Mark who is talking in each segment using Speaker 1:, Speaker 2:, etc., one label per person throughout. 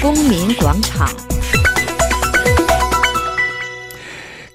Speaker 1: 公民广场。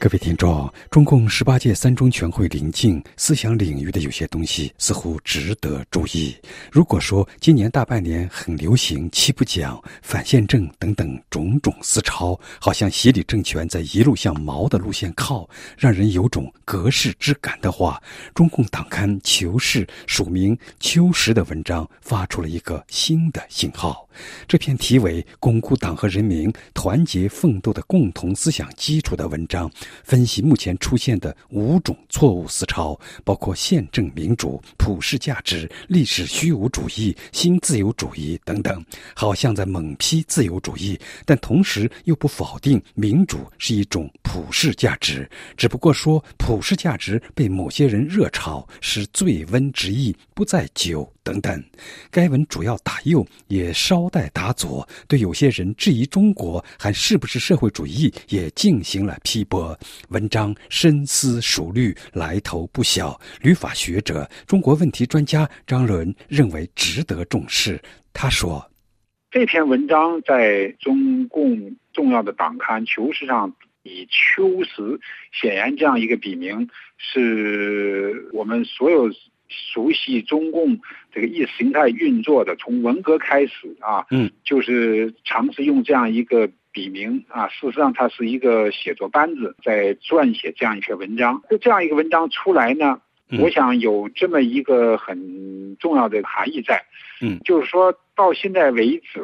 Speaker 2: 各位听众，中共十八届三中全会临近，思想领域的有些东西似乎值得注意。如果说今年大半年很流行“七不讲”、反宪政等等种种思潮，好像习李政权在一路向毛的路线靠，让人有种隔世之感的话，中共党刊《求是》署名秋实的文章发出了一个新的信号。这篇题为《巩固党和人民团结奋斗的共同思想基础》的文章。分析目前出现的五种错误思潮，包括宪政民主、普世价值、历史虚无主义、新自由主义等等，好像在猛批自由主义，但同时又不否定民主是一种普世价值，只不过说普世价值被某些人热炒，是醉翁之意不在酒。等等，该文主要打右，也捎带打左，对有些人质疑中国还是不是社会主义也进行了批驳。文章深思熟虑，来头不小。旅法学者、中国问题专家张伦认为值得重视。他说：“
Speaker 3: 这篇文章在中共重要的党刊《求是》上。”以秋实，显然这样一个笔名，是我们所有熟悉中共这个意识形态运作的，从文革开始啊，
Speaker 2: 嗯，
Speaker 3: 就是尝试用这样一个笔名啊，事实上它是一个写作班子在撰写这样一篇文章。就这样一个文章出来呢，
Speaker 2: 嗯
Speaker 3: 我想有这么一个很重要的含义在，
Speaker 2: 嗯
Speaker 3: 就是说到现在为止，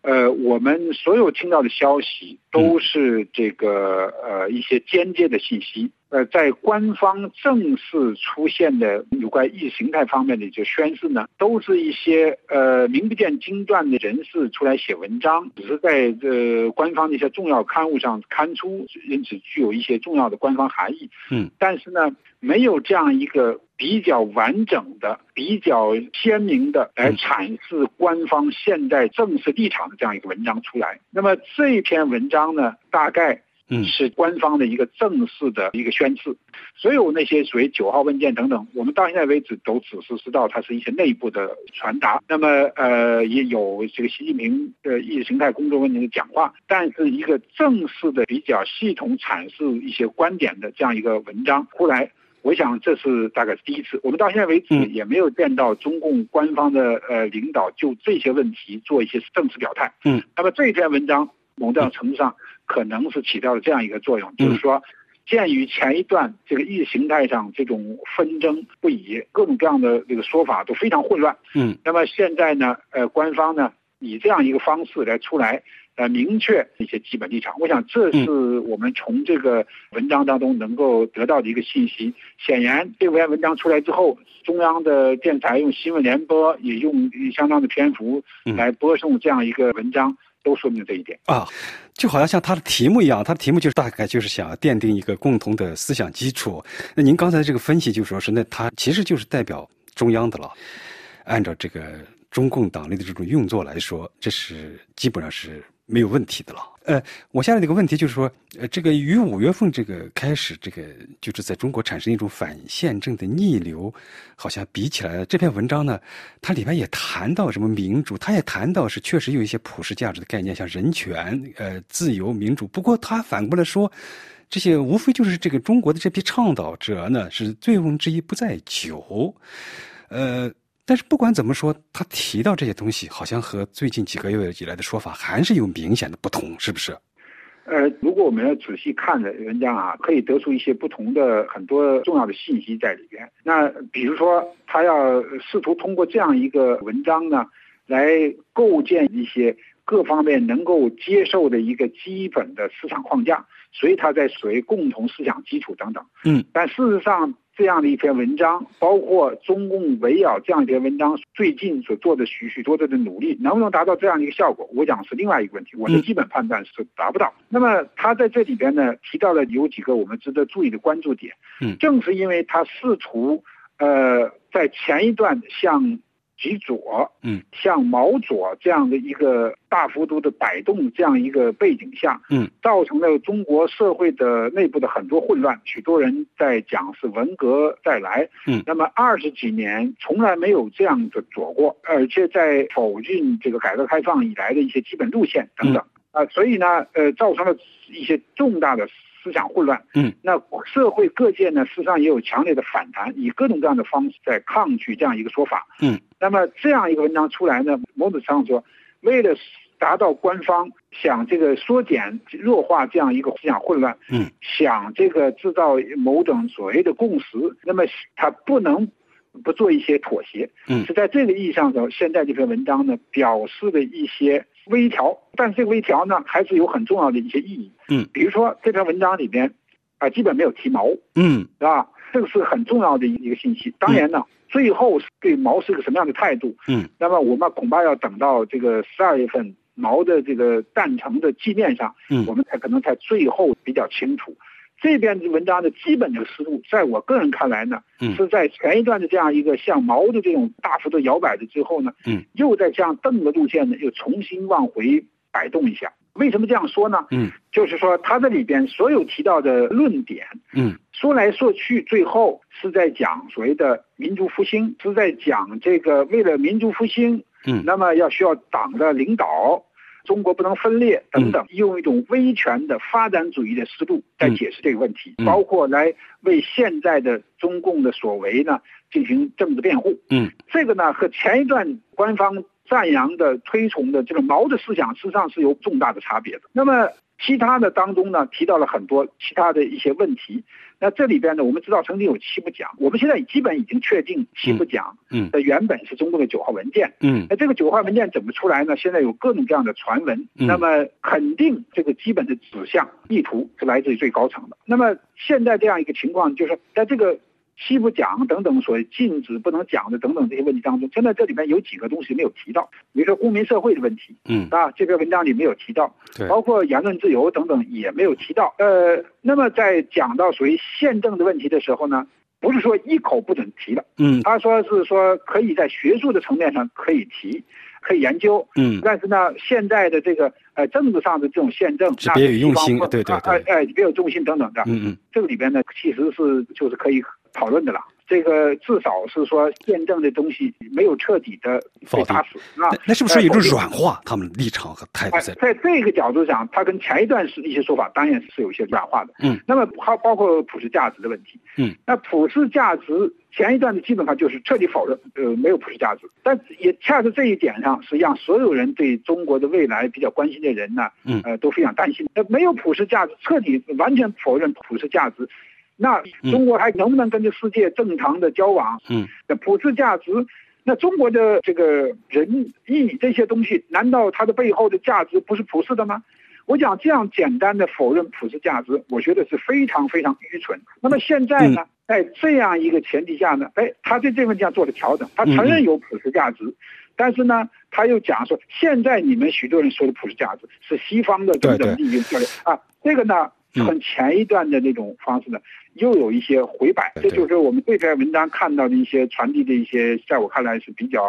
Speaker 3: 呃，我们所有听到的消
Speaker 2: 嗯
Speaker 3: 息都是这个呃一些间接的信息，呃，在官方正式出现的有关意识形态方面的这宣示呢，都是一些呃名不见经传的人士出来写文章，只是在呃官方的一些重要刊物上刊出，因此具有一些重要的官方含义。
Speaker 2: 嗯，
Speaker 3: 但是呢，没有这样一个比较完整的、比较鲜明的来阐释官方现在正式立场的这样一个文章出来。那么这篇文章呢，大概
Speaker 2: 嗯
Speaker 3: 是官方的一个正式的一个宣示。所有那些所谓九号文件等等，我们到现在为止都只是知道它是一些内部的传达。那么呃，也有这个习近平的意识形态工作问题的讲话，但是一个正式的、比较系统阐释一些观点的这样一个文章出来。我想这是大概是第一次，我们到现在为止
Speaker 2: 嗯
Speaker 3: 也没有见到中共官方的呃领导就这些问题做一些正式表态。
Speaker 2: 嗯，
Speaker 3: 那么这篇文章某种程度上可能是起到了这样一个作用，
Speaker 2: 嗯
Speaker 3: 就是说，鉴于前一段这个意识形态上这种纷争不已，各种各样的这个说法都非常混乱，
Speaker 2: 嗯
Speaker 3: 那么现在呢，呃，官方呢以这样一个方式来出来，呃，明确一些基本立场。我想这
Speaker 2: 嗯
Speaker 3: 是我们从这个文章当中能够得到的一个信息。显然，这篇文章出来之后，中央的电台用新闻联播也用相当的篇幅
Speaker 2: 嗯
Speaker 3: 来播送这样一个文章，都说明这一点。
Speaker 2: 啊，就好像像他的题目一样，他的题目就是大概就是想要奠定一个共同的思想基础。那您刚才这个分析就说是，那他其实就是代表中央的了。按照这个中共党内的这种运作来说，这是基本上是没有问题的了。呃，我现在这个问题就是说，呃，这个于五月份这个开始，这个就是在中国产生一种反宪政的逆流，好像比起来，这篇文章呢，它里面也谈到什么民主，它也谈到是确实有一些普世价值的概念，像人权、呃自由、民主。不过它反过来说，这些无非就是这个中国的这批倡导者呢，是醉翁之意不在酒，呃。但是不管怎么说，他提到这些东西，好像和最近几个月以来的说法还是有明显的不同，是不是？
Speaker 3: 呃，如果我们要仔细看的文章啊，可以得出一些不同的很多重要的信息在里边。那比如说，他要试图通过这样一个文章呢，来构建一些各方面能够接受的一个基本的市场框架，所以他在属于共同思想基础等等。
Speaker 2: 嗯，
Speaker 3: 但事实上，这样的一篇文章，包括中共围绕这样一篇文章最近所做的许许多多的努力，能不能达到这样一个效果，我讲是另外一个问题。我的
Speaker 2: 嗯
Speaker 3: 基本判断是达不到。那么他在这里边呢，提到了有几个我们值得注意的关注点。
Speaker 2: 嗯
Speaker 3: 正是因为他试图呃在前一段向极左，
Speaker 2: 嗯，
Speaker 3: 像毛左这样的一个大幅度的摆动这样一个背景下，
Speaker 2: 嗯，
Speaker 3: 造成了中国社会的内部的很多混乱。许多人在讲是文革再来，
Speaker 2: 嗯
Speaker 3: 那么二十几年从来没有这样的左过，而且在否定这个改革开放以来的一些基本路线等等
Speaker 2: 嗯
Speaker 3: 啊、所以呢，呃，造成了一些重大的思想混乱。
Speaker 2: 嗯
Speaker 3: 那社会各界呢，事实上也有强烈的反弹，以各种各样的方式在抗拒这样一个说法。
Speaker 2: 嗯，那
Speaker 3: 么这样一个文章出来呢，某种程度上说，为了达到官方想这个缩减、弱化这样一个思想混乱，
Speaker 2: 嗯，
Speaker 3: 想这个制造某种所谓的共识，那么他不能不做一些妥协。
Speaker 2: 嗯
Speaker 3: 是在这个意义上头，现在这篇文章呢表示的一些微调，但是这个微调呢还是有很重要的一些意义。
Speaker 2: 嗯，
Speaker 3: 比如说这篇文章里边啊、基本没有提毛，
Speaker 2: 嗯
Speaker 3: 是吧？这个是很重要的一个信息。当然呢，最后对毛是个什么样的态度，
Speaker 2: 嗯
Speaker 3: 那么我们恐怕要等到这个十二月份毛的这个诞辰的纪念上，
Speaker 2: 嗯
Speaker 3: 我们才可能才最后比较清楚。这篇文章的基本的思路，在我个人看来呢，
Speaker 2: 嗯
Speaker 3: 是在前一段的这样一个向毛的这种大幅度摇摆的之后呢，
Speaker 2: 嗯，
Speaker 3: 又在向邓的路线呢，又重新往回摆动一下。为什么这样说呢？
Speaker 2: 嗯
Speaker 3: 就是说，它这里边所有提到的论点，
Speaker 2: 嗯
Speaker 3: 说来说去，最后是在讲所谓的民族复兴，是在讲这个为了民族复兴，
Speaker 2: 嗯
Speaker 3: 那么要需要党的领导，中国不能分裂等
Speaker 2: 嗯
Speaker 3: 等，用一种威权的发展主义的思路在解释这个问题，
Speaker 2: 嗯
Speaker 3: 包括来为现在的中共的所为呢进行政治辩护。
Speaker 2: 嗯
Speaker 3: 这个呢和前一段官方赞扬的、推崇的这个毛的思想，实际上是有重大的差别的。那么其他的当中呢，提到了很多其他的一些问题。那这里边呢，我们知道曾经有七不讲，我们现在基本已经确定七不讲
Speaker 2: 嗯
Speaker 3: 的原本是中共的九号文件。
Speaker 2: 嗯
Speaker 3: 那这个九号文件怎么出来呢？现在有各种各样的传闻，
Speaker 2: 嗯
Speaker 3: 那么肯定这个基本的指向意图是来自于最高层的。那么现在这样一个情况，就是在这个西部讲等等所谓禁止不能讲的等等这些问题当中，现在这里面有几个东西没有提到，比如说公民社会的问题，
Speaker 2: 嗯，
Speaker 3: 啊，这篇文章里没有提到，
Speaker 2: 对，
Speaker 3: 包括言论自由等等也没有提到。呃，那么在讲到属于宪政的问题的时候呢，不是说一口不准提了。
Speaker 2: 嗯
Speaker 3: 他说是说可以在学术的层面上可以提，可以研究，
Speaker 2: 嗯
Speaker 3: 但是呢，现在的这个呃政治上的这种宪政，
Speaker 2: 是别有用心
Speaker 3: 那
Speaker 2: 对对
Speaker 3: 啊哎、
Speaker 2: 对
Speaker 3: 哎别有用心等等的，
Speaker 2: 嗯嗯
Speaker 3: 这个里边呢其实是就是可以讨论的了。这个至少是说宪政的东西没有彻底的被打死啊
Speaker 2: 那。那是不是有一种软化他们立场和态度
Speaker 3: 哎
Speaker 2: 在？
Speaker 3: 在这个角度上，它跟前一段是一些说法，当然是有一些软化的。
Speaker 2: 嗯，
Speaker 3: 那么还包括普世价值的问题。
Speaker 2: 嗯，
Speaker 3: 那普世价值前一段的基本上就是彻底否认，呃，没有普世价值。但也恰是这一点上，实际上所有人对中国的未来比较关心的人呢，
Speaker 2: 嗯
Speaker 3: 呃，都非常担心。那没有普世价值，彻底完全否认普世价值。那中国还能不能跟这世界正常的交往？
Speaker 2: 嗯
Speaker 3: 那普世价值，那中国的这个仁义这些东西，难道它的背后的价值不是普世的吗？我讲这样简单的否认普世价值，我觉得是非常非常愚蠢。那么现在
Speaker 2: 嗯
Speaker 3: 呢，在这样一个前提下呢，哎，他对这个问题上做了调整，他承认有普世价值，
Speaker 2: 嗯
Speaker 3: 但是呢，他又讲说，现在你们许多人说的普世价值是西方的这
Speaker 2: 对
Speaker 3: 种利益策略啊，这个呢，
Speaker 2: 嗯
Speaker 3: 很前一段的那种方式呢，又有一些回摆，
Speaker 2: 对
Speaker 3: 这
Speaker 2: 哎对
Speaker 3: 就是我们这篇文章看到的一些传递的一些，在我看来是比较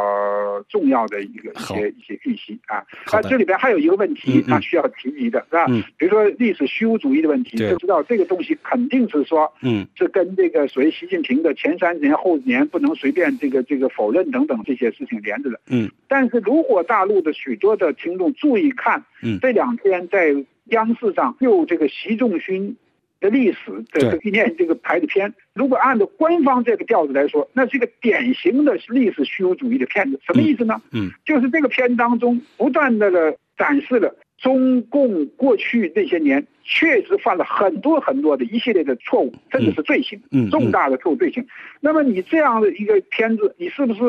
Speaker 3: 重要的一个一
Speaker 2: 好
Speaker 3: 些一些信息啊。
Speaker 2: 好
Speaker 3: 啊，
Speaker 2: 的
Speaker 3: 这里边还有一个问题
Speaker 2: 嗯，嗯
Speaker 3: 那需要提及的，是吧
Speaker 2: 嗯？
Speaker 3: 比如说历史虚无主义的问题，
Speaker 2: 对
Speaker 3: 就知道这个东西肯定是说，
Speaker 2: 嗯
Speaker 3: 这跟这个所谓习近平的前三十年、后十年不能随便这个这个否认等等这些事情连着的。
Speaker 2: 嗯
Speaker 3: 但是如果大陆的许多的听众注意看，
Speaker 2: 嗯
Speaker 3: 这两天在央视上就这个习仲勋的历史的
Speaker 2: 对
Speaker 3: 这个纪念这个拍的片，如果按照官方这个调子来说，那是一个典型的历史虚无主义的片子。什么意思呢？
Speaker 2: 嗯
Speaker 3: 就是这个片当中不断的了展示了中共过去那些年确实犯了很多很多的一系列的错误，甚至是罪行，
Speaker 2: 嗯嗯
Speaker 3: 重大的错误罪行。那么你这样的一个片子，你是不 是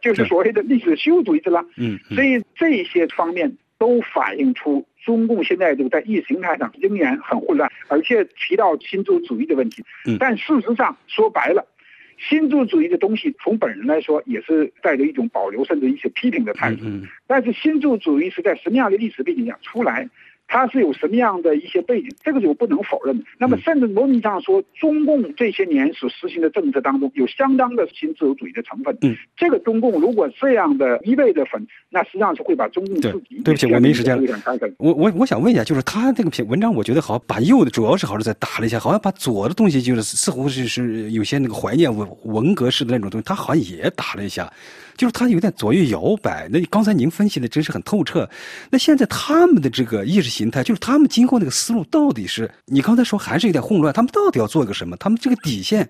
Speaker 3: 就是所谓的历史修主义者了？
Speaker 2: 嗯
Speaker 3: 所以这些方面都反映出中共现在这个在意识形态上仍然很混乱，而且提到新自由主义的问题
Speaker 2: 嗯。
Speaker 3: 但事实上说白了，新自由主义的东西从本人来说也是带着一种保留甚至一些批评的态度。
Speaker 2: 嗯
Speaker 3: 但是新自由主义是在什么样的历史背景下出来？它是有什么样的一些背景，这个是我不能否认的。那
Speaker 4: 嗯
Speaker 3: 么，甚至某种意义上说，中共这些年所实行的政策当中，有相当的新自由主义的成分。
Speaker 4: 嗯，
Speaker 3: 这个中共如果这样的一味的粉，那实际上是会把中共
Speaker 4: 对
Speaker 3: 自己
Speaker 4: 对不起我没时间了
Speaker 3: 有点干梗
Speaker 4: 我我我想问一下，就是他这个篇文章，我觉得好，把右的主要是好像在打了一下，好像把左的东西就是似乎是是有些那个怀念文文革式的那种东西，他好像也打了一下，就是他有点左右摇摆。那刚才您分析的真是很透彻。那现在他们的这个意识形态，就是他们今后那个思路到底是，你刚才说还是有点混乱，他们到底要做一个什么？他们这个底线，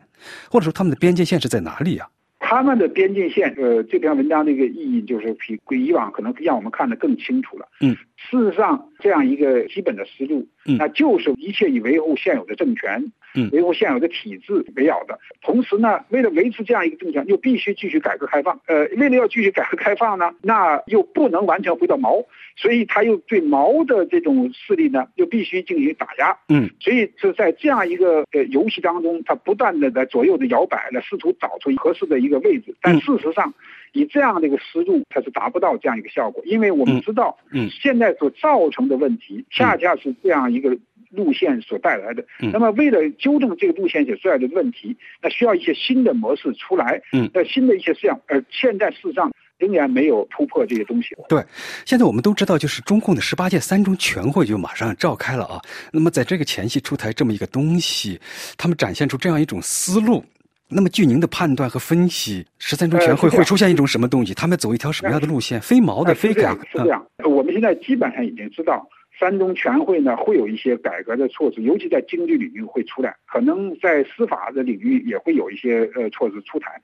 Speaker 4: 或者说他们的边界线是在哪里啊呀、
Speaker 3: 他们的边界线，呃，这篇文章的一个意义就是比比以往可能让我们看得更清楚了。
Speaker 4: 嗯，
Speaker 3: 事实上，这样一个基本的思路，
Speaker 4: 嗯
Speaker 3: 那就是一切以维护现有的政权，
Speaker 4: 嗯
Speaker 3: 维护现有的体制为要的。同时呢，为了维持这样一个政权，又必须继续改革开放。呃，为了要继续改革开放呢， 那又不能完全回到毛，所以他又对毛的这种势力呢，又必须进行打压。
Speaker 4: 嗯
Speaker 3: 所以是在这样一个呃游戏当中，他不断的在左右的摇摆了，试图找出合适的一个位置。
Speaker 4: 嗯
Speaker 3: 但事实上，以这样的一个思路，它是达不到这样一个效果，因为我们知道，
Speaker 4: 嗯嗯
Speaker 3: 现在所造成的问题，恰恰是这样一个。路线所带来的
Speaker 4: 嗯，
Speaker 3: 那么为了纠正这个路线所带来的问题，那需要一些新的模式出来，
Speaker 4: 嗯
Speaker 3: 呃，新的一些思想，而现在事实上仍然没有突破这些东西。
Speaker 4: 对，现在我们都知道，就是中共的十八届三中全会就马上召开了啊。那么在这个前夕出台这么一个东西，他们展现出这样一种思路。那么，据您的判断和分析，十三中全会
Speaker 3: 呃是这样
Speaker 4: 会出现一种什么东西？他们走一条什么样的路线？非毛的、
Speaker 3: 啊
Speaker 4: 非嗯
Speaker 3: 是这
Speaker 4: 改
Speaker 3: 样，是这样。呃我们现在基本上已经知道，三中全会呢会有一些改革的措施，尤其在经济领域会出来，可能在司法的领域也会有一些呃措施出台。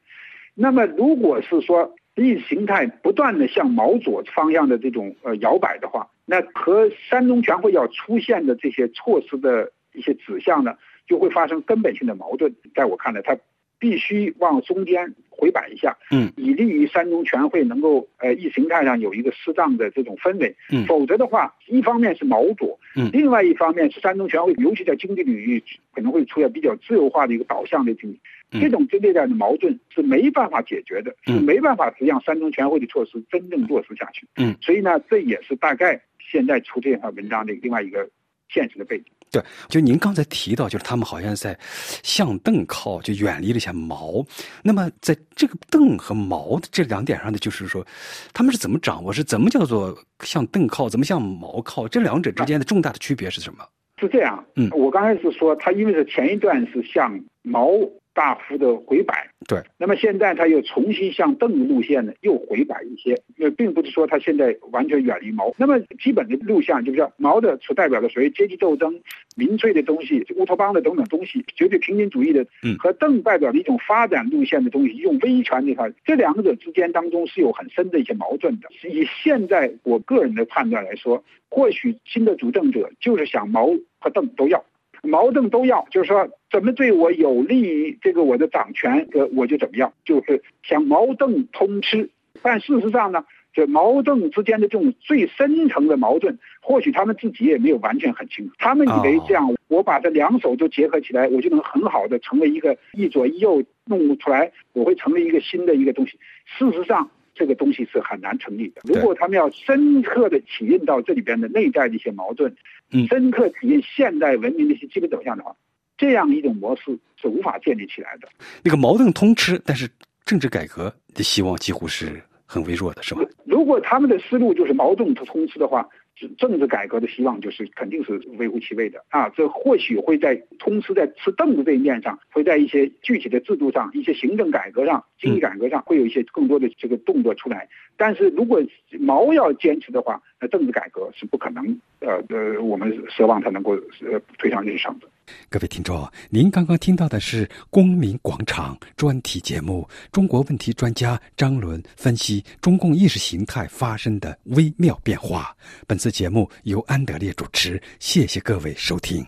Speaker 3: 那么如果是说意识形态不断的向毛左方向的这种呃摇摆的话，那和三中全会要出现的这些措施的一些指向呢，就会发生根本性的矛盾。在我看来，它必须往中间回摆一下，
Speaker 4: 嗯，
Speaker 3: 以利于三中全会能够呃意识形态上有一个适当的这种氛围，
Speaker 4: 嗯
Speaker 3: 否则的话，一方面是毛左，
Speaker 4: 嗯
Speaker 3: 另外一方面是三中全会，尤其在经济领域可能会出现比较自由化的一个导向的这种
Speaker 4: 嗯
Speaker 3: 这种激烈的矛盾是没办法解决的，
Speaker 4: 嗯
Speaker 3: 是没办法让三中全会的措施真正落实下去。
Speaker 4: 嗯，
Speaker 3: 所以呢，这也是大概现在出这篇文章的另外一个现实的背景。
Speaker 4: 对，就您刚才提到，就是他们好像在向邓靠，就远离了一下毛。那么在这个邓和毛的这两点上呢，就是说，他们是怎么掌握，是怎么叫做向邓靠，怎么向毛靠？这两者之间的重大的区别是什么？
Speaker 3: 是这样，
Speaker 4: 嗯
Speaker 3: 我刚开始说他因为是前一段是向毛大幅的回摆，
Speaker 4: 对，
Speaker 3: 那么现在他又重新向邓路线呢又回摆一些，那并不是说他现在完全远离毛，那么基本的路线就是毛的所代表的所谓阶级斗争、民粹的东西、乌托邦的等等东西、绝对平均主义的
Speaker 4: 嗯，
Speaker 3: 和邓代表的一种发展路线的东西，用威权这块，这两者之间当中是有很深的一些矛盾的。以现在我个人的判断来说，或许新的主政者就是想毛和邓都要，毛邓都要，就是说怎么对我有利于这个我的掌权，呃，我就怎么样，就是想毛邓通吃。但事实上呢，这毛邓之间的这种最深层的矛盾，或许他们自己也没有完全很清楚。他们以为
Speaker 4: 哦
Speaker 3: 这样，我把这两手都结合起来，我就能很好的成为一个一左一右弄出来，我会成为一个新的一个东西。事实上。这个东西是很难成立的。如
Speaker 4: 对
Speaker 3: 果他们要深刻的体验到这里边的内在的一些矛盾，
Speaker 4: 嗯
Speaker 3: 深刻体验现代文明的一些基本走向的话，这样一种模式是无法建立起来的。
Speaker 4: 那个矛盾通吃，但是政治改革的希望几乎是很微弱的，是吧？
Speaker 3: 如果他们的思路就是矛盾通吃的话，政政治改革的希望就是肯定是微乎其微的啊。这或许会在通吃在吃凳子这一面上，会在一些具体的制度上、一些行政改革上、经济改革上，会有一些更多的这个动作出来。但是如果毛要坚持的话，那政治改革是不可能呃呃，我们奢望它能够呃推上日程的。
Speaker 4: 各位听众，啊您刚刚听到的是《公民广场》专题节目，中国问题专家张伦分析中共意识形态发生的微妙变化。本次节目由安德烈主持，谢谢各位收听。